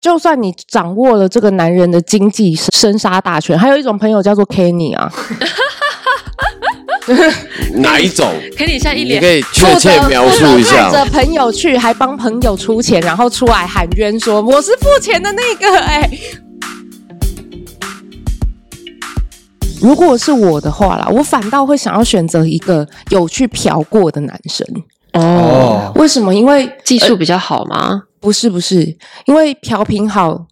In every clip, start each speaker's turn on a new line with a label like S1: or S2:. S1: 就算你掌握了这个男人的经济生杀大权，还有一种朋友叫做 Kenny 啊，
S2: 哪一种？
S3: 可你现在一
S2: 你
S3: 脸
S2: 可以确切描述一下
S1: 负责带着朋友去，还帮朋友出钱，然后出来喊冤说我是付钱的那个、 哎，如果是我的话啦，我反倒会想要选择一个有去嫖过的男生。
S3: 哦，
S1: 为什么？因为
S3: 技术比较好吗？
S1: 不是不是，因为嫖品好，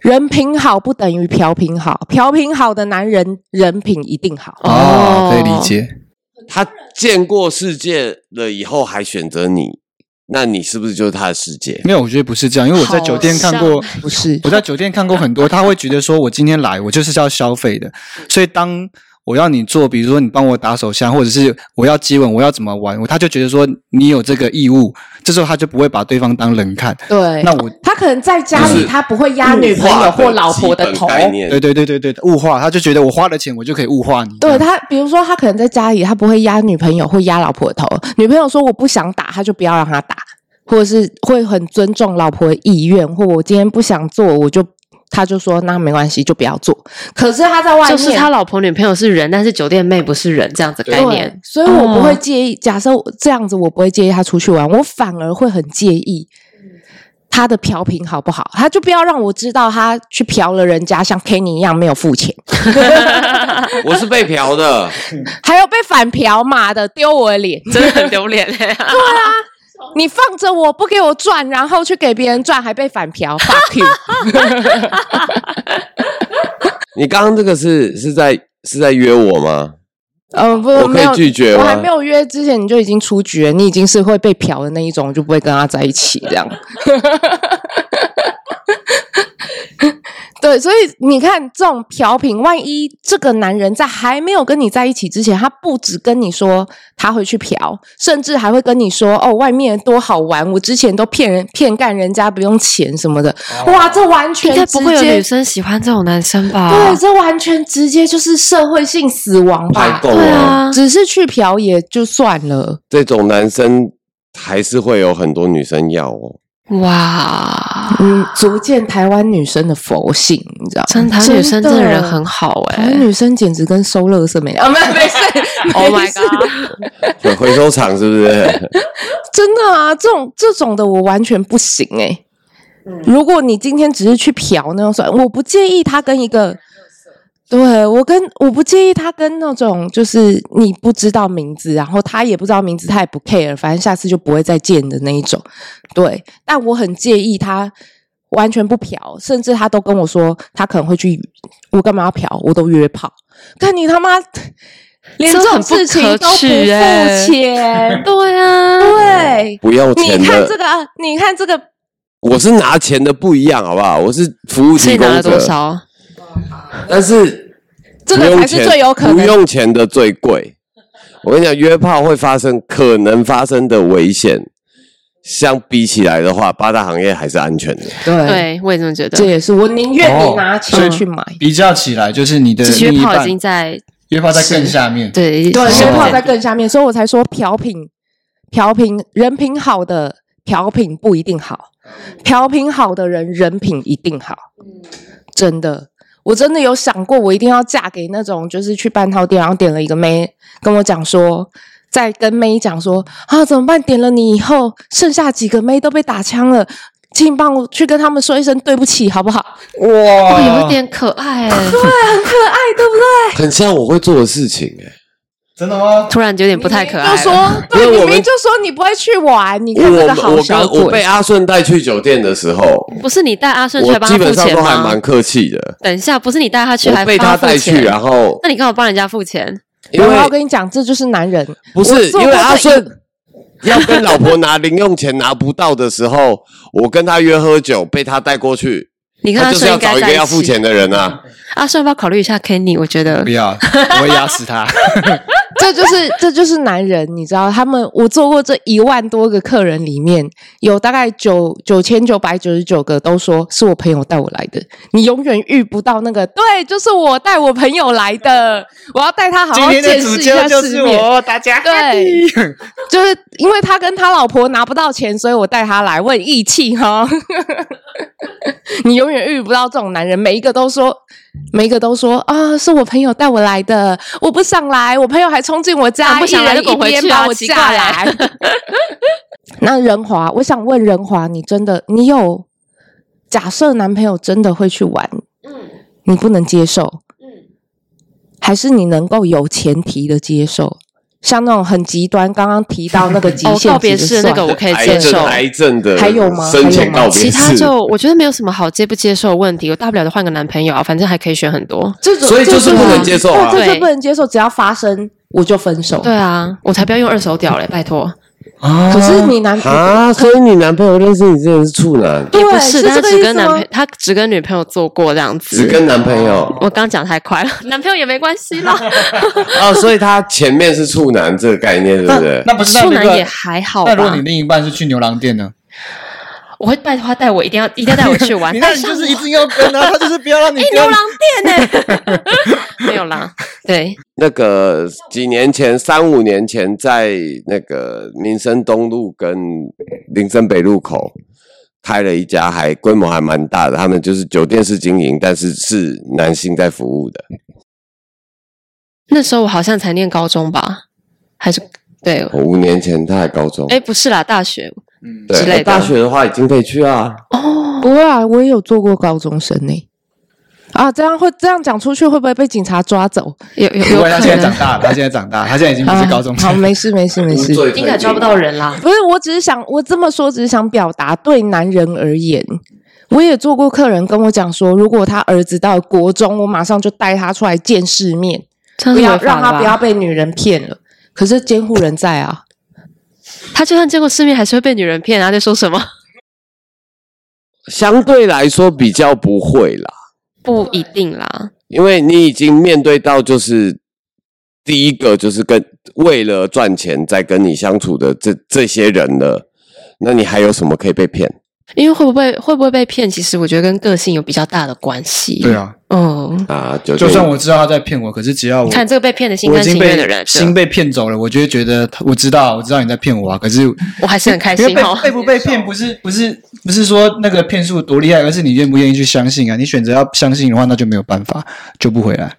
S1: 人品好不等于嫖品好，嫖品好的男人人品一定好。
S4: 哦，可以理。解。
S2: 他见过世界了以后还选择你，那你是不是就是他的世界？
S4: 没有，我觉得不是这样，因为我在酒店看过
S3: 好，
S1: 不是
S4: 我在酒店看过很多，他会觉得说我今天来，我就是要消费的，所以当。我要你做，比如说你帮我打手枪，或者是我要接吻，我要怎么玩，我他就觉得说你有这个义务，这时候他就不会把对方当人看。
S1: 对，
S4: 那我
S1: 他可能在家
S2: 就
S1: 里，
S2: 是
S1: 他不会压女朋友或老婆的
S2: 物
S1: 头
S2: 化。概念
S4: 对对对对对，物化，他就觉得我花了钱，我就可以物化你。
S1: 对他，比如说他可能在家里，他不会压女朋友或压老婆的头。女朋友说我不想打，他就不要让他打，或者是会很尊重老婆的意愿，或我今天不想做，我就他就说那没关系，就不要做。可是他在外面，
S3: 呃就是他老婆女朋友是人，但是酒店妹不是人这样子概
S1: 对
S3: 念，。
S1: 所以我不会
S3: 哦
S1: 介意。假设我这样子，我不会介意他出去玩，我反而会很介意他的嫖品好不好？他就不要让我知道他去嫖了人家，像 Kenny 一样没有付钱，
S2: 我是被嫖的，
S1: 还有被反嫖妈的丢我的脸。
S3: 真的很丢脸嘞。
S1: 你放着我不给我赚，然后去给别人赚，还被反嫖，fuck you！
S2: 你刚刚这个是是在是在约我吗？
S1: 呃，不，
S2: 我可
S1: 没有
S2: 以拒绝
S1: 我
S2: 吗
S1: 还没有约之前你就已经出局了，你已经是会被嫖的那一种，我就不会跟他在一起这样。 对，所以你看，这种嫖品，万一这个男人在还没有跟你在一起之前，他不止跟你说他会去嫖，甚至还会跟你说：“哦，外面多好玩，我之前都骗人骗干人家不用钱什么的。
S2: 哦
S1: 哇，这完全
S3: 应该不会有
S1: 直接
S3: 女生喜欢这种男生吧？
S1: 对，这完全直接就是社会性死亡
S2: 拍
S1: 吧？
S2: 够
S3: 对
S2: 哦，
S3: 啊，
S1: 只是去嫖也就算了，
S2: 这种男生还是会有很多女生要哦。
S3: 哇，
S1: 嗯，足见台湾女生的佛性，你知道吗？
S3: 真的，女生真
S1: 真
S3: 的人很好
S1: 台
S3: 哎
S1: 湾。女生简直跟收垃圾没两样，啊， 没没事
S3: Oh
S1: 没
S3: my
S1: 事
S3: god！
S2: 回回收厂是不是？
S1: 真的啊，这种这种的我完全不行哎、如果你今天只是去嫖那种算，我不介意他跟一个，对我跟我不介意他跟那种就是你不知道名字，然后他也不知道名字，他也不 care，反正下次就不会再见的那一种。对，但我很介意他完全不嫖，甚至他都跟我说他可能会去，我干嘛要嫖？我都约炮，看你他妈连这
S3: 这
S1: 种
S3: 很不
S1: 事情
S3: 可
S1: 都不付
S3: 取欸
S1: 钱，
S3: 对啊，
S1: 对。
S2: 不要钱
S1: 你看这
S2: 的，
S1: 个，啊你看这个，
S2: 我是拿钱的不一样，好不好？我是服务
S3: 所以
S2: 提
S3: 拿
S2: 供
S3: 了多
S2: 者，
S3: 少？
S2: 但是
S1: 这
S2: 不
S1: 个
S2: 用
S1: 才是
S2: 钱
S1: 最有可
S2: 不
S1: 能。
S2: 用钱的最贵。我跟你讲，约炮会发生可能发生的危险，相比起来的话，八大行业还是安全的。
S1: 对，
S3: 对，我也这么觉得
S1: 这。也是我宁愿你
S4: 哦
S1: 拿
S4: 所
S1: 钱
S4: 以
S1: 去买。
S4: 比较起来，就是你的
S3: 这约
S4: 另一
S3: 炮已
S4: 半
S3: 经在
S4: 约炮在更下面。
S3: 对
S1: 对，
S4: 是
S1: 先
S4: 哦
S1: 泡在更下面，所以我才说嫖品，嫖品人品好的嫖品不一定好，嫖品好的人人品一定好，真的。我真的有想过，我一定要嫁给那种就是去半套店，然后点了一个妹跟我讲说，再跟妹讲说啊怎么办？点了你以后，剩下几个妹都被打枪了，请帮我去跟他们说一声对不起，好不好？
S3: 哦，
S4: 哇
S3: 有一点可爱欸，
S1: 爱对不对？
S2: 很像我会做的事情、欸，
S4: 真的吗？
S3: 突然有点不太可爱了。
S1: 就说，对，
S2: 因
S1: 你
S2: 为我
S1: 明
S2: 们
S1: 明就说你不会去玩，你看这个
S2: 我
S1: 好
S2: 我
S1: 小
S2: 刚我被
S1: 鬼。
S2: 阿顺带去酒店的时候，
S3: 不是你带阿顺去
S2: 我
S3: 还帮
S2: 基
S3: 他
S2: 本
S3: 付
S2: 上
S3: 钱
S2: 都还
S3: 吗
S2: 蛮？客气的。
S3: 等一下，不是你带他去，啊还
S2: 我被
S3: 帮
S2: 他
S3: 付
S2: 带去，
S3: 钱
S2: 然后
S3: 那你干嘛帮人家付钱？
S2: 因为
S1: 然后我跟你讲，这就是男人，
S2: 不
S1: 我
S2: 是
S1: 做
S2: 因为
S1: 过
S2: 阿
S1: 这一
S2: 顺要跟老婆拿零用钱拿不到的时候，我跟他约喝酒，被他带过去，
S3: 你跟
S2: 他
S3: 阿
S2: 就是
S3: 顺
S2: 要
S3: 应该
S2: 找一
S3: 在
S2: 个
S3: 一
S2: 要
S3: 起。
S2: 付钱的人啊。
S3: 阿顺要不要考虑一下 Kenny？我觉得
S4: 不要，我会压死 他。
S1: 这就是这就是男人，你知道，他们我做过这一万多个客人里面，有大概九九千九百九十九个都说是我朋友带我来的，你永远遇不到那个，对，就是我带我朋友来的，我要带他好
S4: 今
S1: 好
S4: 天的
S1: 见
S4: 主
S1: 识一下
S4: 角就
S1: 世
S4: 是
S1: 面。
S4: 我，大家
S1: 对
S4: happy
S1: 就是因为他跟他老婆拿不到钱，所以我带他来，我很义气哈。你永远遇不到这种男人，每一个都说，每一个都说啊，是我朋友带我来的，我不想来，我朋友还冲进我家，
S3: 啊不想来
S1: 一人
S3: 就滚回
S1: 一边
S3: 去啊
S1: 把我
S3: 奇
S1: 架
S3: 怪
S1: 来。 那仁华，我想问仁华，你真的，你有假设男朋友真的会去玩，
S3: 嗯
S1: 你不能接受，
S3: 嗯，
S1: 还是你能够有前提的接受？像那种很极端，刚刚提到那个极
S3: 哦，
S1: 限
S3: 告别
S1: 级的
S3: 式那
S1: 算
S3: 个我可以
S2: 癌
S3: 接
S2: 症
S3: 受。
S2: 癌症的
S1: 还有吗
S2: 生前
S1: 还有吗
S2: 告别
S3: 哎其他
S2: 式，
S3: 就我觉得没有什么好接不接受的问题，我大不了就换个男朋友啊，反正还可以选很多。
S1: 这种
S2: 所以就是不能接受啊
S1: 对这就
S3: 对
S1: 不能接受，只要发生我就分手。
S3: 对啊，我才不要用二手屌嘞，拜托。
S4: 啊
S1: 可是你男朋友
S2: 啊，所以你男朋友认识你之前是处男，
S1: 对
S3: 也不是，
S1: 这
S3: 他
S1: 个
S3: 只
S1: 意
S3: 跟
S1: 思
S3: 男
S1: 吗
S3: 朋？他只跟女朋友做过这样
S2: 只
S3: 子。
S2: 跟男朋友
S3: 我刚讲太快了，男朋友也没关系啦。
S2: 啊，所以他前面是处男这个概念，对不对？
S4: 那不是那
S3: 处
S4: 那
S3: 男也
S4: 个？
S3: 还好吧
S4: 那如果你另一半是去牛郎店呢？
S3: 我会拜托他带我，一定要一定要带我去玩。
S4: 你那
S3: 但
S4: 你
S3: 是
S4: 就是一定要跟啊，他就是不要让 你不要
S3: 牛郎店呢、没有啦，对，
S2: 那个几年前，三五年前，在那个民生东路跟林森北路口开了一家还，规模还蛮大的。他们就是酒店式经营，但是是男性在服务的。
S3: 那时候我好像才念高中吧，还是对，
S2: 我五年前他还高中，
S3: 哎，不是啦，大学
S4: 嗯，
S2: 对
S3: 之类的
S2: 我大学的话已经可以去啊。
S3: 哦，
S1: 不会啊，我也有做过高中生呢、啊，这样会这样讲出去，会不会被警察抓走？
S3: 有有
S4: 不
S3: 有
S4: 过他
S3: 可
S4: 现
S3: 能
S4: 在长，大了，他现在长大了，他现在已经不
S1: 啊
S4: 是高中
S1: 好，
S4: 生。
S1: 没事没事没事
S2: 无。罪推
S3: 应该
S2: 定
S3: 抓不到人啦。
S1: 不是，我只是想，我这么说只是想表达，对男人而言，我也做过客人跟我讲说，如果他儿子到国中，我马上就带他出来见世面，
S3: 这
S1: 不
S3: 样
S4: 嗯
S3: 是
S1: 要
S3: 违法
S1: 让
S3: 的
S1: 他
S3: 吧
S1: 不要，被女人骗了。可是监护人在啊，
S3: 他就算见过世面，还是会被女人骗啊！在说什么？
S2: 相对来说比较不会啦，
S3: 不一定啦，
S2: 因为你已经面对到就是第一个就是跟为了赚钱在跟你相处的这这些人了，那你还有什么可以被骗？
S3: 因为会不会会不会被骗，其实我觉得跟个性有比较大的关系。
S4: 对，啊，
S3: 嗯，
S2: 啊，酒
S4: 就
S2: 店
S4: 算我知道他在骗我，可是只要我
S3: 看这个被骗的心
S4: 我
S3: 甘
S4: 已
S3: 情
S4: 经
S3: 愿的人
S4: 被，心
S3: 对
S4: 被骗走了，我就会觉得他我知道我知道你在骗我啊，可是
S3: 我还是很开
S4: 因为
S3: 心
S4: 被
S3: 哦。
S4: 被不被骗不是不是不是说那个骗术多厉害，而是你愿不愿意去相信啊。你选择要相信的话，那就没有办法，救不回来。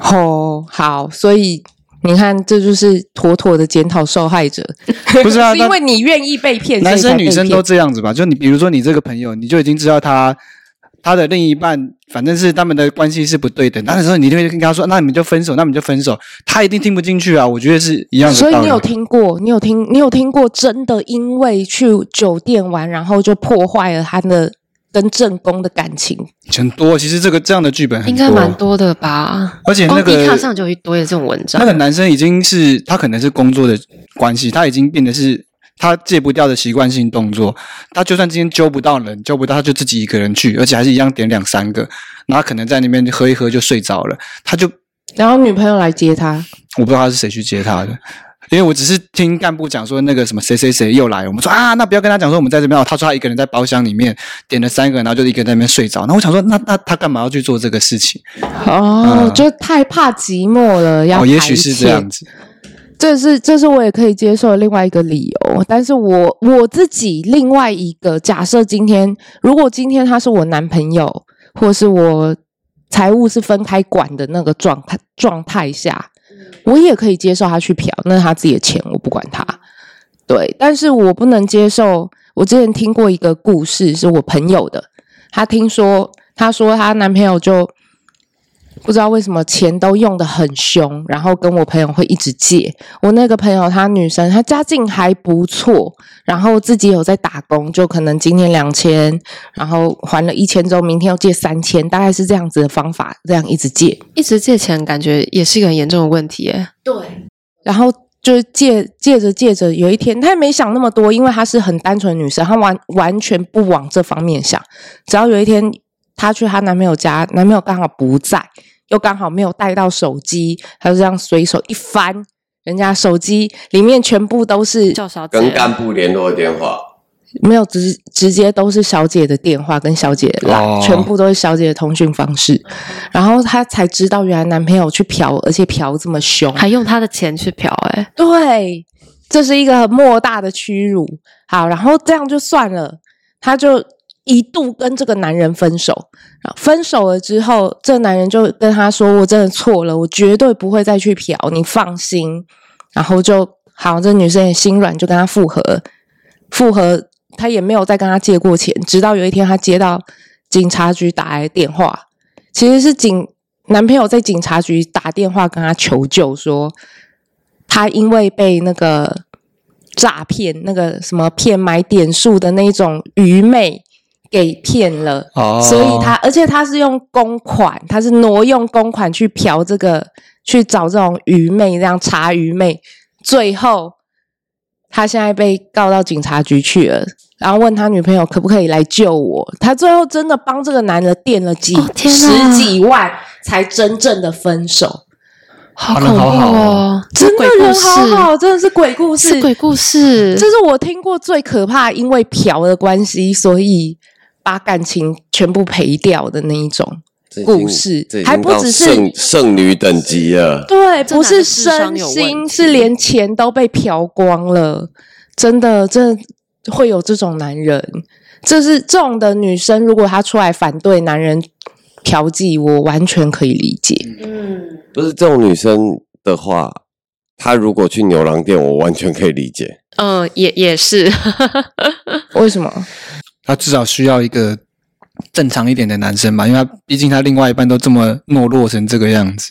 S1: 哦，好，所以你看，这就是妥妥的检讨受害者，
S4: 不是啊
S1: 是因为你愿意被骗，
S4: 男
S1: 所以才
S4: 生
S1: 被
S4: 女生
S1: 骗
S4: 都这样子吧？就你比如说你这个朋友，你就已经知道他他的另一半，反正是他们的关系是不对等，那时候你就会跟他说，那你们就分手，那你们就分手，他一定听不进去啊。我觉得是一样的道
S1: 所
S4: 理。
S1: 以你有听过，你有听，你有听过，真的因为去酒店玩，然后就破坏了他的跟正宫的感情。
S4: 很多，其实这个这样的剧本很
S3: 应该蛮多的吧？
S4: 而且那
S3: 光
S4: 个
S1: 哦
S3: D 卡上就有一堆这种文章
S1: 啊
S4: 那。个男生已经是他可能是工作的关系，他已经变得是他戒不掉的习惯性动作。他就算今天揪不到人，揪不到他就自己一个人去，而且还是一样点两三个，然后可能在那边喝一喝就睡着了。他就
S1: 然后女朋友来接他，
S4: 我不知道他是谁去接他的。因为我只是听干部讲说那个什么谁谁谁又来，我们说啊，那不要跟他讲说我们在这边哦。他说他一个人在包厢里面点了三个，然后就一个人在那边睡着。那我想说，那那他干嘛要去做这个事情？
S1: 哦，
S4: 嗯
S1: 就太怕寂寞了，要、
S4: 哦，也许是这样，子。
S1: 这是这是我也可以接受的另外一个理由。但是我我自己另外一个假设，今天如果今天他是我男朋友，或是我财务是分开管的那个状态状态下，我也可以接受他去嫖，那是他自己的钱，我不管他。对，但是我不能接受。我之前听过一个故事，是我朋友的，她听说，她说她男朋友就不知道为什么钱都用的很凶，然后跟我朋友会一直借。我那个朋友她女生，她家境还不错，然后自己有在打工，就可能今天两千，然后还了一千之后，明天又借三千，大概是这样子的方法，这样一直借。
S3: 一直借钱，感觉也是一个很严重的问题耶。
S1: 然后就是借借着借着，有一天她也没想那么多，因为她是很单纯的女生，她完完全不往这方面想。只要有一天她去她男朋友家，男朋友刚好不在，又刚好没有带到手机，她就这样随手一翻，人家手机里面全部都是
S3: 叫小姐，
S2: 跟干部联络电话，
S1: 没有直直接都是小姐的电话跟小姐来，
S4: 哦
S1: 全部都是小姐的通讯方式。然后她才知道，原来男朋友去嫖，而且嫖这么凶，
S3: 还用他的钱去嫖，哎，
S1: 对，这是一个很莫大的屈辱。好，然后这样就算了，他就一度跟这个男人分手，然后分手了之后，这个男人就跟他说：“我真的错了，我绝对不会再去嫖，你放心。”然后就好，这女生也心软，就跟他复合，复合他也没有再跟他借过钱，直到有一天他接到警察局打来的电话，其实是警男朋友在警察局打电话跟他求救说，他因为被那个诈骗那个什么骗买点数的那种愚昧给骗了。
S4: 哦，
S1: 所以他，而且他是用公款，他是挪用公款去嫖这个，去找这种愚昧，这样查愚昧。最后，他现在被告到警察局去了，然后问他女朋友可不可以来救我。他最后真的帮这个男的垫了几、
S3: 哦天
S1: 十
S3: 哪
S1: 几万，才真正的分手。
S3: 好
S4: 他
S3: 恐
S4: 们
S3: 怖
S4: 好好
S3: 哦！
S1: 真的
S3: 鬼故
S1: 人好
S3: 事
S1: 好，真的是鬼故事，
S3: 是鬼故事，
S1: 这是我听过最可怕，因为嫖的关系，所以把感情全部赔掉的那一种。
S2: 这已经
S1: 故事
S2: 这已经
S1: 还不
S2: 到
S1: 只是
S2: 剩剩女等级了。
S1: 对，
S3: 这
S1: 不
S3: 男
S1: 是
S3: 的智商
S1: 身
S3: 有问
S1: 心，
S3: 题
S1: 是连钱都被嫖光了。真的，真的会有这种男人。这是这种的女生，如果她出来反对男人嫖妓，我完全可以理解。
S3: 嗯，
S2: 不是这种女生的话，她如果去牛郎店，我完全可以理解。
S3: 嗯，也也 是，
S1: 为什么？
S4: 他至少需要一个正常一点的男生吧，因为他毕竟他另外一半都这么懦弱成这个样子。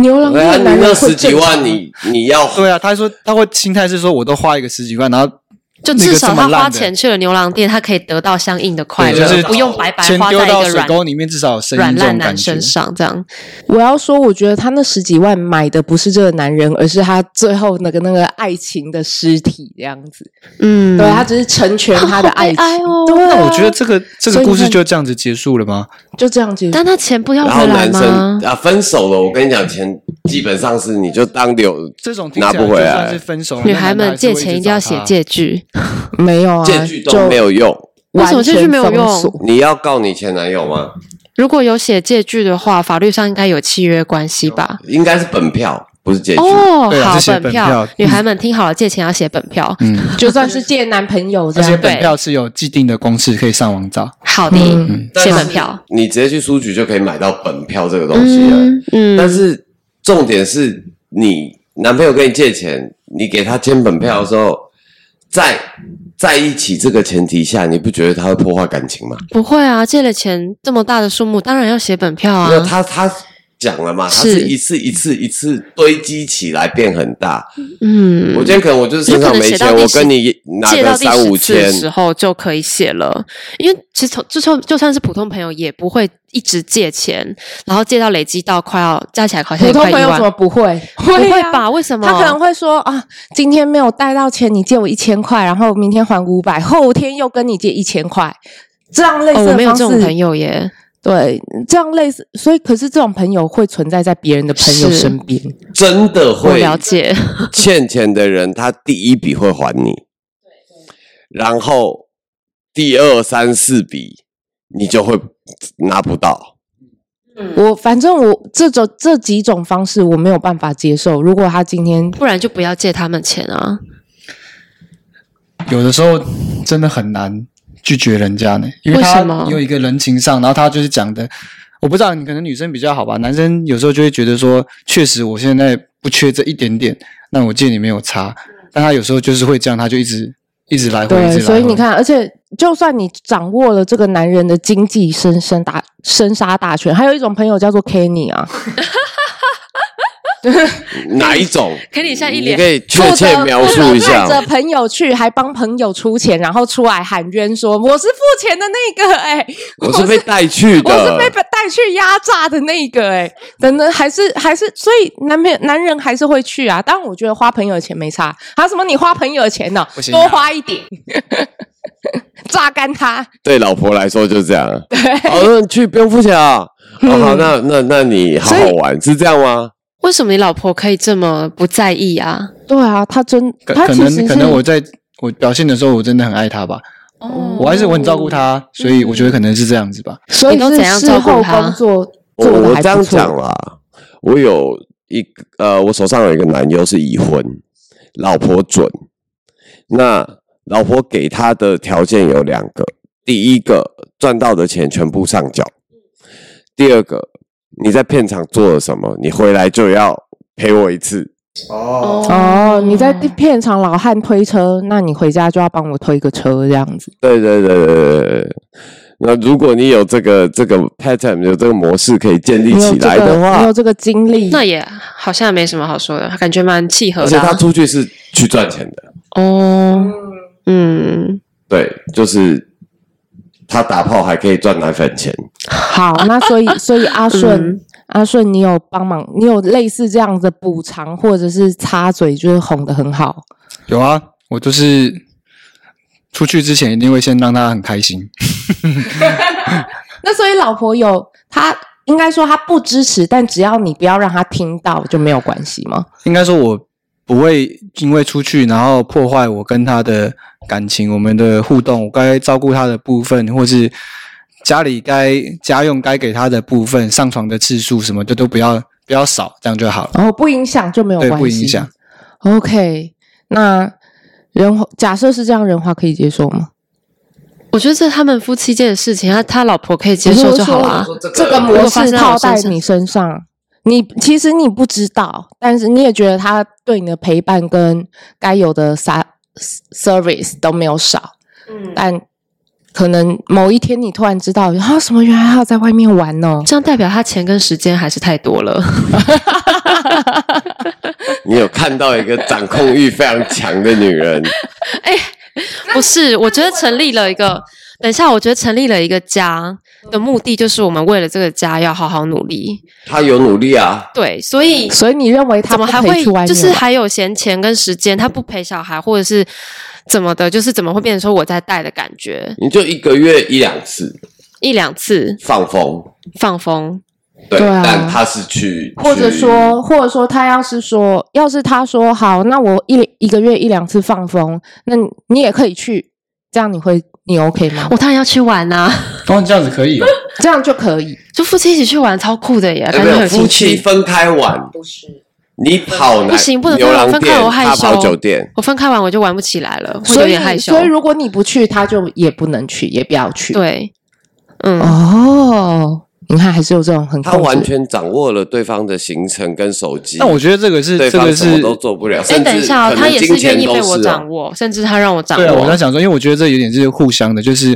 S1: 牛郎店
S2: 哎
S1: 的
S2: 你
S1: 男
S2: 那
S1: 人会
S2: 十几
S1: 正常
S2: 万
S1: 吗
S2: 你，你要
S4: 对啊，他说他会心态是说我都花一个十几万，然后
S3: 就
S4: 那个
S3: 至少
S4: 这么
S3: 他
S4: 烂
S3: 花
S4: 的
S3: 钱去了牛郎店，他可以得到相应的快
S4: 对
S3: 乐，
S4: 就是
S3: 不用白白
S4: 钱
S3: 花
S4: 丢
S3: 在一
S4: 到
S3: 个
S4: 水
S3: 软
S4: 沟里面，至少有声
S3: 软
S4: 音这
S3: 烂
S4: 种感
S3: 男
S4: 觉
S3: 身。上这样。
S1: 我要说，我觉得他那十几万买的不是这个男人，而是他最后那个那个爱情的尸体这样子。
S3: 嗯，
S1: 对他只是成全他的爱情。
S3: 好悲哀哦
S1: 对啊、
S4: 那我觉得这个这
S1: 所
S4: 个
S1: 以你
S4: 故事
S1: 看
S4: 就这样子结束了吗？
S1: 就这样结束。
S3: 但他钱不要
S2: 然后
S3: 回来
S2: 男
S3: 吗
S2: 生？啊分手了，我跟你讲，钱基本上是你就当留
S4: 这种听起来
S2: 拿不啊回来
S4: 就算是分手了，
S3: 女
S4: 那
S3: 孩
S4: 男的
S3: 们
S4: 还是会
S3: 借钱一
S4: 直
S3: 定要
S4: 找
S3: 写
S4: 他
S3: 借据，
S1: 没有啊，
S2: 借据
S1: 就
S2: 都没有用。
S1: 完
S3: 为什么借
S1: 全
S3: 据没有
S1: 封
S3: 用
S1: 锁
S2: 你要告你前男友吗？
S3: 如果有写借据的话，法律上应该有契约关系吧？
S2: 应该是本票，不是借据。
S3: 哦
S4: 对，啊
S3: 好
S4: 是，写本票
S3: 女孩们听好了，借钱要写本票。
S4: 嗯，
S1: 就算是借男朋友这
S4: 而且
S1: 样。
S4: 本票是有既定的公式可以上网找。
S3: 好的
S1: 嗯，
S3: 写本票。
S2: 你直接去书局就可以买到本票这个东西了。
S3: 嗯
S2: 但是重点是你男朋友跟你借钱，你给他签本票的时候，在在一起这个前提下，你不觉得他会破坏感情吗？
S3: 不会啊，借了钱这么大的数目，当然要写本票啊
S2: 因。为他他讲了嘛，他
S3: 是
S2: 是一次一次一次堆积起来变很大。
S3: 嗯
S2: 我，今天可能我就是身
S3: 有
S2: 上
S3: 可能
S2: 没
S3: 写到
S2: 钱，
S3: 第
S2: 我
S3: 十
S2: 跟你拿
S3: 借
S2: 个
S3: 到第
S2: 三五
S3: 十次
S2: 千
S3: 的，时候就可以写了，因为其实从就算就算是普通朋友也不会一直借钱，然后借到累积到快要加起来好像
S1: 普
S3: 也
S1: 通
S3: 快一
S1: 朋友
S3: 万
S1: 怎么，不会？不
S3: 不会啊吧？？为什么？
S1: 他可能会说啊，今天没有带到钱，你借我一千块，然后明天还五百，后天又跟你借一千块，这样类似
S3: 哦，我
S1: 的
S3: 没有
S1: 方
S3: 这
S1: 式。
S3: 种朋友耶。
S1: 对，这样类似，所以可是这种朋友会存在在别人的朋友
S3: 是
S1: 身边。
S2: 真的
S3: 我
S2: 会
S3: 了解，
S2: 欠钱的人，他第一笔会还你，然后第二、三四笔你就会拿不到。
S3: 嗯
S1: 我反正我这种这几种方式我没有办法接受。如果他今天
S3: 不然就不要借他们钱啊。
S4: 有的时候真的很难拒绝人家呢，因为
S3: 为
S4: 他
S3: 什么
S4: 有一个人情上，然后他就是讲的，我不知道你可能女生比较好吧，男生有时候就会觉得说，确实我现在不缺这一点点，那我借你没有差，但他有时候就是会这样，他就一直一直来回，一
S1: 对，
S4: 直来回
S1: 所以你，看，而且就算你掌握了这个男人的经济生生大生杀大权，还有一种朋友叫做 Kenny 啊，
S2: 哪一种？
S3: 可你现在一
S2: 你
S3: 脸
S2: 可以确切描述一下
S1: 负责带着朋友去，还帮朋友出钱，然后出来喊冤说我是付钱的那个、哎，
S2: 我是被带去
S1: 我是
S2: 的
S1: 被。带去压榨的那一个哎、等等，还是还是，所以男朋友男人还是会去啊。当然，我觉得花朋友的钱没差，还、有什么你花朋友的钱呢、
S4: 不行啊
S1: 多花一点， 榨干他。
S2: 对老婆来说就这样。好，那你去不用付钱啊。好
S1: 嗯
S2: 好，那那那你好好玩，是这样吗？
S3: 为什么你老婆可以这么不在意啊？
S1: 对啊，他真
S4: 可
S1: 他
S4: 可
S1: 其实是
S4: 能可能我在我表现的时候，我真的很爱他吧，
S3: 哦
S4: 我还是我很照顾，他，所以我觉得可能是这样子吧。
S1: 所以
S3: 你都
S1: 是
S3: 怎样
S1: 事
S3: 照顾
S1: 后
S3: 他哦
S1: 工作
S2: 我
S1: 做的
S2: 我
S1: 还
S2: 这样
S1: 不错。
S2: 讲啦，我有一个呃，我手上有一个男优是已婚，老婆准。那老婆给他的条件有两个，第一个赚到的钱全部上缴，第二个你在片场做了什么，你回来就要赔我一次。
S4: 哦，
S1: 哦，你在地片场老汉推车，那你回家就要帮我推个车这样子。
S2: 对对对对对对对。那如果你有这个这个 pattern 有这个模式可以建立
S1: 你有
S2: 起
S1: 这
S2: 来的
S1: 个，
S2: 话，
S1: 你有这个经历，
S3: 那也好像没什么好说的，感觉蛮契合
S2: 而且
S3: 的啊、
S2: 他出去是去赚钱的，
S3: 哦，嗯，
S2: 对，就是他打炮还可以赚奶粉钱。
S1: 好，那所 以所以阿顺、
S3: 嗯
S1: 阿顺，你有帮忙，你有类似这样的补偿或者是插嘴，就是哄得很好。
S4: 有啊，我就是出去之前一定会先让他很开心。
S1: 那所以老婆有她，应该说她不支持，但只要你不要让她听到就没有关系吗？
S4: 应该说，我不会因为出去然后破坏我跟他的感情，我们的互动，我该照顾他的部分，或是家里该家用该给他的部分，上床的次数什么的都不要不要少，这样就好了。
S1: 然后不影响就没有
S4: 对
S1: 关系，
S4: 不影响。
S1: OK，那人华假设是这样，人华可以接受吗？
S3: 我觉得这是他们夫妻间的事情，他他老婆可以接受就好了、啊。
S1: 这个模式套在
S3: 如果发生在我身上
S1: 你身上，你其实你不知道，但是你也觉得他对你的陪伴跟该有的 sa- service 都没有少，
S3: 嗯，
S1: 但可能某一天你突然知道啊，什么原来还要在外面玩哦，
S3: 这样代表他钱跟时间还是太多了。
S2: 你有看到一个掌控欲非常强的女 人，
S3: 不是，我觉得成立了一个，等一下，我觉得成立了一个家的目的就是我们为了这个家要好好努力。
S2: 她有努力啊，
S3: 对，所以
S1: 所以你认为他
S3: 怎
S1: 不
S3: 么还
S1: 可以
S3: 会
S1: 去外面玩？
S3: 就是还有闲钱跟时间，他不陪小孩或者是怎么的，就是怎么会变成说我在带的感觉，
S2: 你就一个月一两次
S3: 一两次
S2: 放风，
S3: 放风，
S2: 对，
S1: 对啊
S2: 但她是去，
S1: 或者
S2: 去
S1: 说，或者说，他要是说，要是他说好，那我一一个月一两次放风，那你你也可以去，这样你会你 OK 吗？
S3: 我当然要去玩呐、
S4: 当然这样子可以、哦
S1: 这样就可以。
S3: 就夫妻一起去玩，超酷的耶，
S2: 有
S3: 感
S2: 哎没
S3: 觉很
S2: 有
S3: 有
S2: 夫
S3: 情
S2: 妻
S3: 趣。
S2: 分开玩？不是，你跑男
S3: 不行不能
S2: 牛郎
S3: 分开
S2: 店，
S3: 我害
S2: 他跑
S3: 羞
S2: 酒店，
S3: 我分开玩我就玩不起来了，会有
S1: 所以
S3: 点害，羞
S1: 所。以如果你不去，他就也不能去，也不要去。，
S3: 对，嗯，
S1: 哦，你看还是有这种很
S2: 他
S1: 控制
S2: 完全掌握了对方的行程跟手机。
S4: 但我觉得这个是
S2: 对
S4: 这
S2: 方
S4: 个
S2: 什
S4: 是
S2: 么都做不了，
S3: 哎，
S2: 甚
S3: 等一
S2: 至
S3: 下哦、
S2: 可
S3: 他
S2: 能
S3: 也
S2: 金
S3: 是
S2: 钱
S3: 愿意
S2: 都
S3: 被我
S2: 是啊
S3: 掌握，甚至他让我掌
S4: 对啊，我在
S3: 握。
S4: 想说，因为我觉得这有点是互相的，就是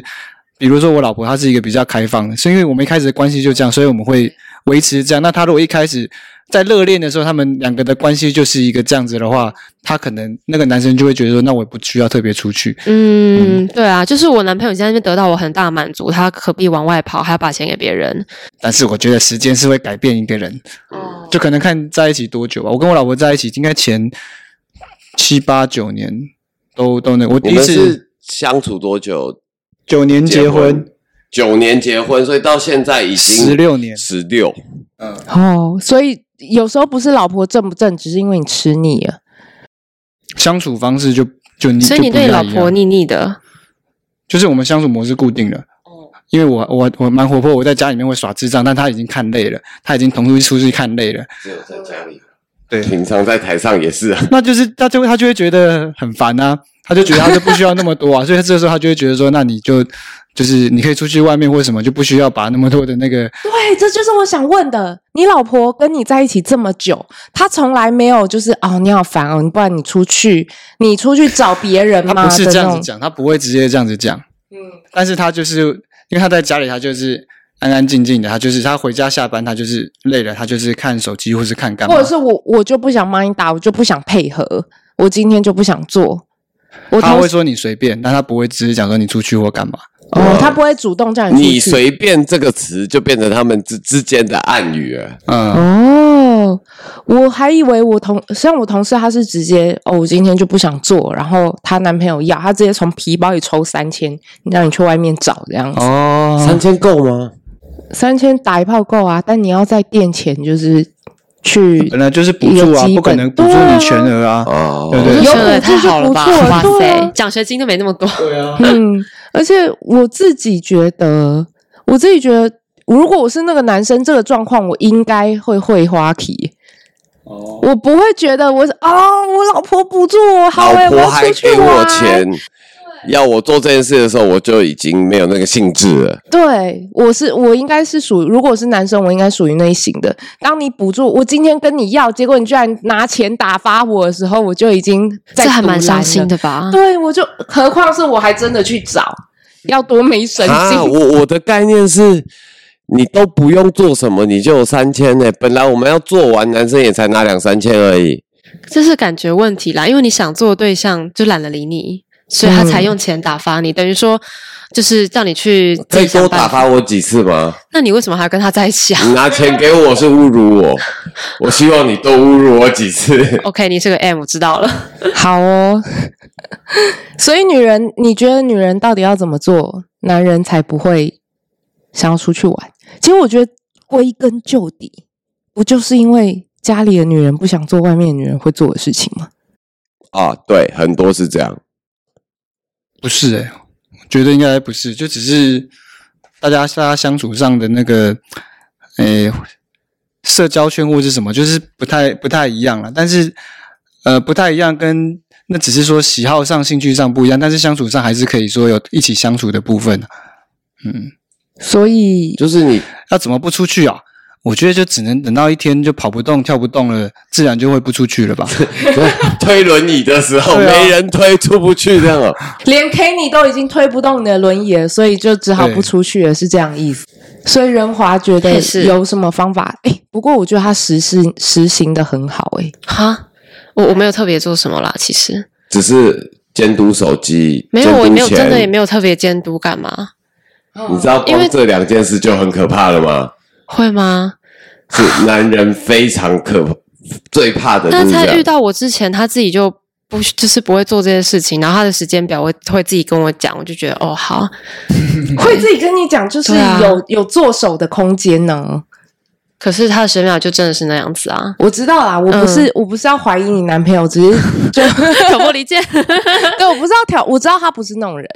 S4: 比如说我老婆她是一个比较开放的，是因为我们一开始的关系就这样，所以我们会维持这样。那她如果一开始在热恋的时候，他们两个的关系就是一个这样子的话，她可能那个男生就会觉得说，那我也不需要特别出去。
S3: 嗯，对啊，就是我男朋友现在那边得到我很大的满足，他何必往外跑，还要把钱给别人？
S4: 但是我觉得时间是会改变一个人，
S3: 哦，
S4: 就可能看在一起多久吧。我跟我老婆在一起应该前七八九年都都那，我第
S2: 你
S4: 一
S2: 们
S4: 次
S2: 是相处多久？
S4: 九年结婚，
S2: 九年结婚，所以到现在已经
S4: 十六年，
S2: 十六。
S1: 哦，所以有时候不是老婆正不正，只是因为你吃腻了。
S4: 相处方式就就你
S3: 所以你
S4: 就不
S3: 对
S4: 太
S3: 老
S4: 一样
S3: 婆腻腻的，
S4: 就是我们相处模式固定了。
S1: 哦
S4: 因为我我我蛮活泼，我在家里面会耍智障，但他已经看累了，他已经同出出去看累了，
S2: 只有在家里。
S4: 对
S2: 平常在台上也是啊。
S4: 那就是他就他就会觉得很烦啊，他就觉得他就不需要那么多啊，所 以这时候他就会觉得说，那你就就是你可以出去外面或什么，就不需要把那么多的那 个
S1: 对，这就是我想问的。你老婆跟你在一起这么久，她从来没有就是哦，你好烦哦，你不然你出去，你出去找别人
S4: 他
S1: 吗？
S4: 不是
S1: 的
S4: 这
S1: 那
S4: 样
S1: 种
S4: 子讲，他不会直接这样子讲，嗯，但是他就是因为他在家里，他就是安安静静的，他就是他回家下班，他就是累了，他就是看手机或是看干嘛，
S1: 或者是我我就不想帮你打，我就不想配合，我今天就不想做。我
S4: 他
S1: 同
S4: 会
S1: 时
S4: 说你随便，但他不会直接讲说你出去或干嘛。
S1: 哦，他不会主动叫你
S2: 你
S1: 出去。
S2: 随便这个词就变成他们之之间的暗语了。
S4: 嗯，
S1: 哦，我还以为我同像我同事，她是直接哦，我今天就不想做，然后她男朋友要，她直接从皮包里抽三千，让你去外面找这样子。
S4: 哦，
S2: 千够吗？
S1: 三千打一炮够啊，但你要在垫钱，就是去
S4: 本来就是补助啊，
S1: 一个基本
S4: 不可能补助你全额啊。
S2: 哦，
S4: 对对
S1: 有
S3: 说的
S1: 补助
S3: 太
S1: 就
S3: 好了
S1: 不
S3: 吧？
S1: 错了
S3: 哇
S1: 对
S3: 塞
S1: 啊，
S3: 奖学金都没那么多。
S1: 嗯，而且我自己觉得，我自己觉得，如果我是那个男生，这个状况我应该会会花旗。我哦不会觉得我是哦，我老婆补助我，好哎、我
S2: 老婆
S1: 要
S2: 还
S1: 出去
S2: 给我
S1: 玩。
S2: 钱，要我做这件事的时候，我就已经没有那个兴致了。
S1: 对，我是我应该是属于，如果是男生，我应该属于那一型的。当你补助我今天跟你要，结果你居然拿钱打发我的时候，我就已经在
S3: 这还蛮
S1: 堵拦
S3: 伤心
S1: 了。
S3: 的吧？
S1: 对，我就何况是我还真的去找，要多没神经。
S2: 啊，我我的概念是，你都不用做什么，你就有三千呢。本来我们要做完，男生也才拿两三千而已。
S3: 这是感觉问题啦，因为你想做的对象就懒得理你，所以他
S4: 嗯
S3: 才用钱打发你，等于说就是叫你去
S2: 可
S3: 自己
S2: 以多
S3: 想办
S2: 打
S3: 法。
S2: 发我几次吗？
S3: 那你为什么还要跟他在一 起啊
S2: 你拿钱给我是侮辱 我，我希望你多侮辱我几次。
S3: ？OK，你是个 M，我知道了。
S1: 好哦，所以女人，你觉得女人到底要怎么做，男人才不会想要出去玩？其实我觉得归根究底，不就是因为家里的女人不想做外面的女人会做的事情吗？
S2: 啊，对，很多是这样。
S4: 不是诶、我觉得应该不是，就只是大家大家相处上的那个，诶、社交圈或是什么，就是不太不太一样了。但是，呃，不太一样跟那只是说喜好上、兴趣上不一样，但是相处上还是可以说有一起相处的部分。嗯，
S1: 所以，
S2: 就是你
S4: 要怎么不出去啊？我觉得就只能等到一天就跑不动、跳不动了，自然就会不出去了吧。
S2: 推轮椅的时候，
S4: 对啊
S2: 没人推，出不去这样哦。
S1: 连 Kenny 都已经推不动你的轮椅了，所以就只好
S4: 对
S1: 不出去了，是这样意思。所以仁华觉得
S3: 也是
S1: 有什么方法？哎、不过我觉得他实施实行的很好、诶
S3: 哈，我我没有特别做什么啦，其实
S2: 只是监督手机，
S3: 没有，
S2: 监督
S3: 我没有真的
S2: 钱
S3: 也没有特别监督干嘛，
S1: 哎，
S2: 你知道
S3: 因为
S2: 光这两件事就很可怕了吗？
S3: 会吗？
S2: 是男人非常可怕最怕的
S3: 但
S2: 就是
S3: 他
S2: 这
S3: 遇
S2: 样。
S3: 到我之前，他自己就不就是不会做这些事情，然后他的时间表会会自己跟我讲，我就觉得哦好，
S1: 会自己跟你讲，就是有、
S3: 嗯对啊
S1: 有做手的空间呢、
S3: 可是他的时间表就真的是那样 子啊，
S1: 我知道啦，我不是、我不是要怀疑你男朋友，只 是就
S3: 挑拨离间。
S1: 对，我不知道挑，我知道他不是那种人，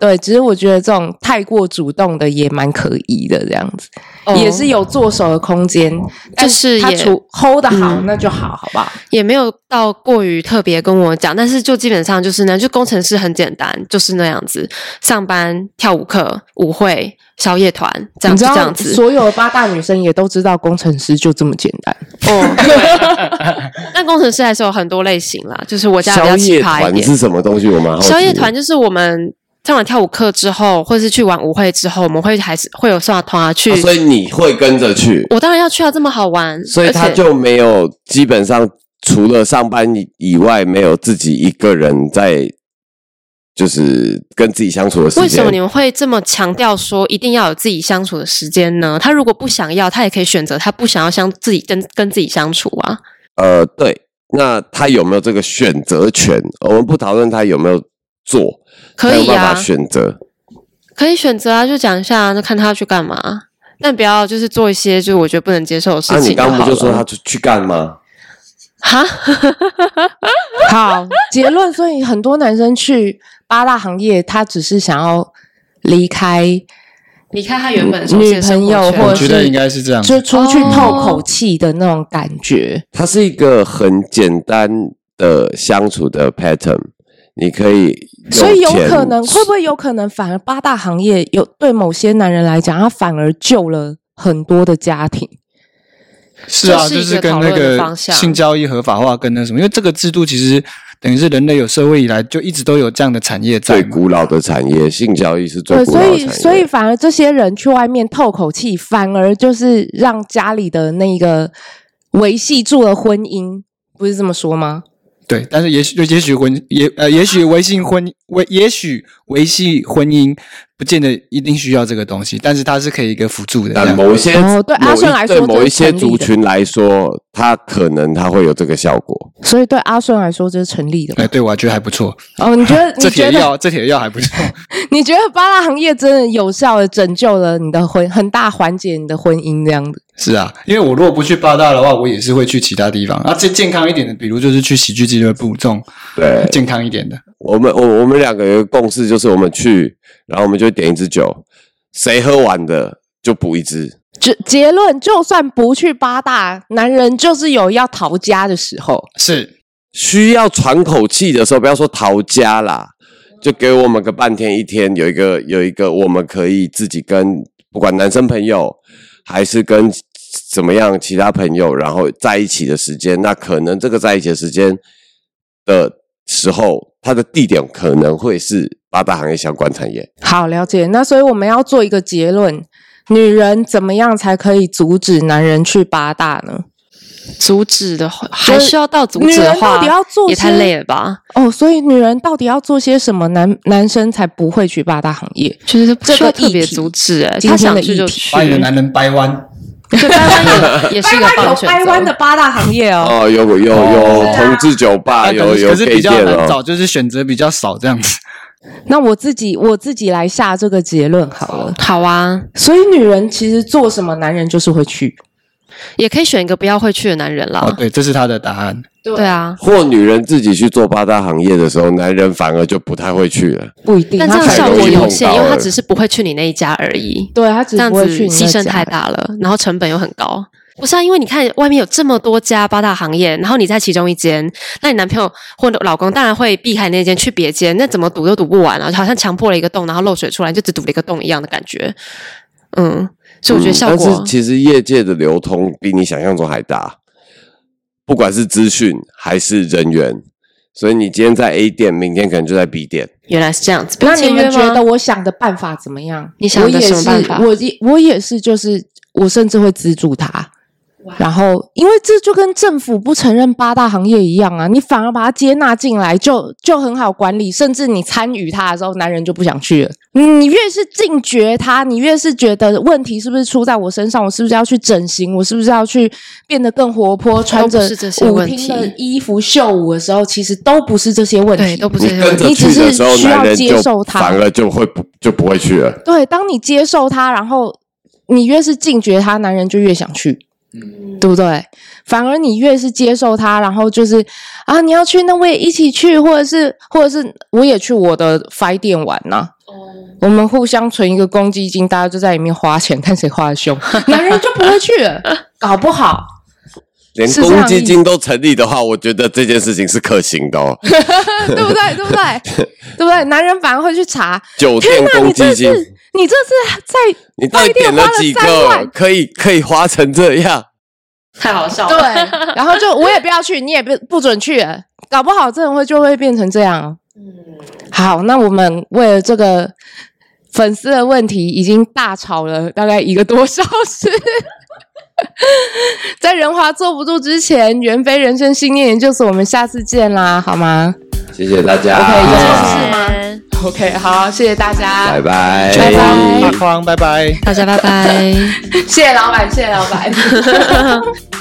S1: 对，只是我觉得这种太过主动的也蛮可疑的，这样子、
S3: 哦
S1: 也是有做手的空间，但
S3: 就是
S1: 他
S3: 也
S1: 处 hold 的好、
S3: 嗯
S1: 那就好，好不好？
S3: 也没有到过于特别跟我讲，但是就基本上就是呢，就工程师很简单，就是那样子，上班、跳舞课、舞会、宵夜团，这样
S1: 你知
S3: 就这
S1: 道
S3: 样子。
S1: 所有的八大女生也都知道工程师就这么简单，
S3: 哦，对。但工程师还是有很多类型啦，就是我家比
S2: 宵
S3: 较奇
S2: 夜
S3: 葩一
S2: 团
S3: 点
S2: 是。什么东西？我蛮好奇的
S3: 宵夜团就是我们上完跳舞课之后，或是去完舞会之后，我们会还是会有上团啊去。
S2: 啊所以你会跟着去，
S3: 我当然要去啊，这么好玩，
S2: 所以他
S3: 而且
S2: 就没有基本上除了上班以以外，没有自己一个人在，就是跟自己相处的时间。
S3: 为什么你们会这么强调说一定要有自己相处的时间呢？他如果不想要，他也可以选择他不想要相自己跟跟自己相处啊。
S2: 呃，对，那他有没有这个选择权？我们不讨论他有没有做，
S3: 可
S2: 他有
S3: 以
S2: 办
S3: 啊
S2: 法，选择。
S3: 可以选择啊，就讲一下啊，就看他要去干嘛。但不要就是做一些就是我觉得不能接受的事
S2: 啊，你
S3: 情好
S2: 刚
S3: 了。
S2: 不就说他去去干吗？
S3: 哈？
S1: 好， 结论，所以很多男生去八大行业，他只是想要离开
S3: 你看他原本熟悉
S1: 嗯女
S3: 的
S1: 朋
S3: 生活
S1: 友，
S3: 圈
S1: 或
S4: 我
S1: 者
S4: 觉
S1: 是
S4: 得应该是这样
S1: 就出去
S3: 哦
S1: 透口气的那种感觉。
S2: 它是一个很简单的相处的 pattern，你可以
S4: 哦
S2: 用
S1: 所以有
S2: 钱
S1: 可能，会不会有可能，反而八大行业有对某些男人来讲，他反而救了很多的家庭。
S4: 是啊，
S3: 这是
S4: 就
S3: 一
S4: 是
S3: 个
S4: 跟
S3: 讨
S4: 那
S3: 论的
S4: 个
S3: 方向
S4: 性交易合法化跟那什么，因为这个制度其实等于是人类有社会以来就一直都有这样的产业在
S2: 最
S4: 嘛。
S2: 古老的产业，性交易是最
S1: 对，
S2: 古老
S1: 所
S2: 的产
S1: 以
S2: 业。
S1: 所以反而这些人去外面透口气，反而就是让家里的那个维系住了婚姻，不是这么说吗？
S4: 对，但是也许也许婚也呃，也许维系婚维也许维系婚姻不见得一定需要这个东西，但是它是可以一个辅助的这
S2: 但
S4: 样。
S2: 某一些
S1: 哦对阿顺来说
S2: 某一对
S1: 这是
S2: 某一些
S1: 成立的
S2: 族群来说，他可能他会有这个效果。
S1: 所以对阿顺来说，这是成立的
S4: 哎，
S1: 嘛。
S4: 对我觉得还不错，
S1: 哦，你觉得
S4: 哎这
S1: 你觉
S4: 铁
S1: 得
S4: 药这铁药还不错。
S1: 你觉得八大行业真的有效的拯救了你的婚，很大缓解你的婚姻这样子？
S4: 是啊，因为我如果不去八大的话，我也是会去其他地方。啊，这健康一点的，比如就是去喜剧俱乐部这种
S2: 对
S4: 健康一点的。
S2: 我们我我们两个有一个共识，就是我们去，然后我们就点一支酒，谁喝完的就补一支。
S1: 结结论，就算不去八大，男人就是有要逃家的时候。
S4: 是，
S2: 需要喘口气的时候，不要说逃家啦，
S4: 嗯
S2: 就给我们个半天一天，有一个有一个我们可以自己跟不管男生朋友还是跟怎么样其他朋友，然后在一起的时间，那可能这个在一起的时间的时候，它的地点可能会是八大行业相关产业。
S1: 好，了解。那所以我们要做一个结论：女人怎么样才可以阻止男人去八大呢？
S3: 阻止的话，还需要到阻止的
S1: 女人
S3: 话，
S1: 到底要做
S3: 也太累
S1: 了
S3: 了吧？
S1: 哦。所以女人到底要做些什么男，男生才不会去八大行业？
S3: 就是不需要
S1: 这个
S3: 特
S1: 议题
S3: 别阻止、欸，
S1: 今
S3: 他
S1: 天的
S3: 想去就
S1: 议题
S3: 去，
S4: 把你的男人掰弯。
S3: 就掰弯也也 是一个棒选
S1: 掰弯的
S3: 择。
S1: 八大行业哦。
S2: 哦，有有有
S1: 是啊
S2: 同志酒吧，
S4: 啊
S2: 有
S4: 可是
S2: 有
S4: 可是
S2: gay
S4: 比较
S2: 店
S4: 难
S2: 哦。
S4: 找，就是选择比较少这样子。
S1: 那我自己我自己来下这个结论好了。
S3: 好啊，
S1: 所以女人其实做什么，男人就是会去。
S3: 也可以选一个不要会去的男人啦。
S4: 哦，对，这是他的答案。
S3: 对啊，
S2: 或女人自己去做八大行业的时候，男人反而就不太会去了。
S1: 不一定。
S3: 但这样
S1: 他可能
S3: 效
S2: 容
S3: 果
S2: 易
S3: 有
S2: 碰
S3: 限，
S2: 到
S3: 因为他
S2: 了
S3: 只是不会去你那一家而已。
S1: 对他
S3: 这
S1: 只
S3: 样
S1: 不
S3: 子
S1: 会去你那
S3: 牺牲
S1: 家
S3: 太。大了，然后成本又很高。不是啊，因为你看外面有这么多家八大行业，然后你在其中一间，那你男朋友或老公当然会避开那间去别间，那怎么堵都堵不完啊，好像强破了一个洞，然后漏水出来，就只堵了一个洞一样的感觉。嗯，所以我觉得效
S2: 嗯
S3: 果
S2: 但是其实业界的流通比你想象中还大，不管是资讯还是人员，所以你今天在 A 店，明天可能就在 B 店。
S3: 原来是这样子。
S1: 那你们觉得
S3: 得
S1: 我想的办法怎么样？
S3: 你想的什么办法
S1: 我也是，我也我也是，就是我甚至会资助他。然后，因为这就跟政府不承认八大行业一样啊，你反而把它接纳进来就，就很好管理。甚至你参与它的时候，男人就不想去了。你你越是禁绝它，你越是觉得问题是不是出在我身上？我是不是要去整形？我是不是要去变得更活泼？穿着
S3: 是这些
S1: 舞
S3: 问
S1: 厅
S3: 题
S1: 的衣服秀舞的时候，其实都不是这些问
S3: 对
S1: 题，
S3: 都不
S2: 你
S3: 是
S2: 跟着
S1: 你
S2: 去
S1: 只
S2: 的
S1: 是
S2: 时候，
S1: 需要
S2: 男人
S1: 接
S2: 就
S1: 受它
S2: 反而就会不就不会去了。
S1: 对，当你接受他，然后你越是禁绝他，男人就越想去，
S2: 嗯
S1: 对不对？反而你越是接受他，然后就是啊，你要去，那我也一起去，或者是或者是我也去我的 f 店玩呐、我们互相存一个公积金，大家就在里面花钱，看谁花的凶，男人就不会去了，搞不好。
S2: 连
S1: 是这样
S2: 公积金都成立的话，我觉得这件事情是可行的 哦。
S1: 对不对？对不对？对不对？男人反而会去查。
S2: 酒店
S1: 天哪，
S2: 公
S1: 你这
S2: 积金，
S1: 次你这次在
S2: 你到底点了几
S1: 花了三
S2: 个
S1: 万？
S2: 可以可以花成这样？
S3: 太好笑了。
S1: 对，然后就我也不要去，你也不不准去了，搞不好真的会就会变成这样。嗯，好，那我们为了这个粉丝的问题，已经大吵了大概一个多小时。在人华坐不住之前，袁飞人生信念研究所，我们下次见啦，好吗
S2: 谢谢大家
S1: ？OK，有
S3: 就
S1: 什么事
S3: 是
S1: 吗
S3: 吗？
S1: ？OK，好，谢谢大家，
S2: 拜拜，
S1: 拜拜
S2: 哎
S4: 阿匡，拜拜。
S3: 大家拜拜。
S1: 谢谢老板，谢谢老板。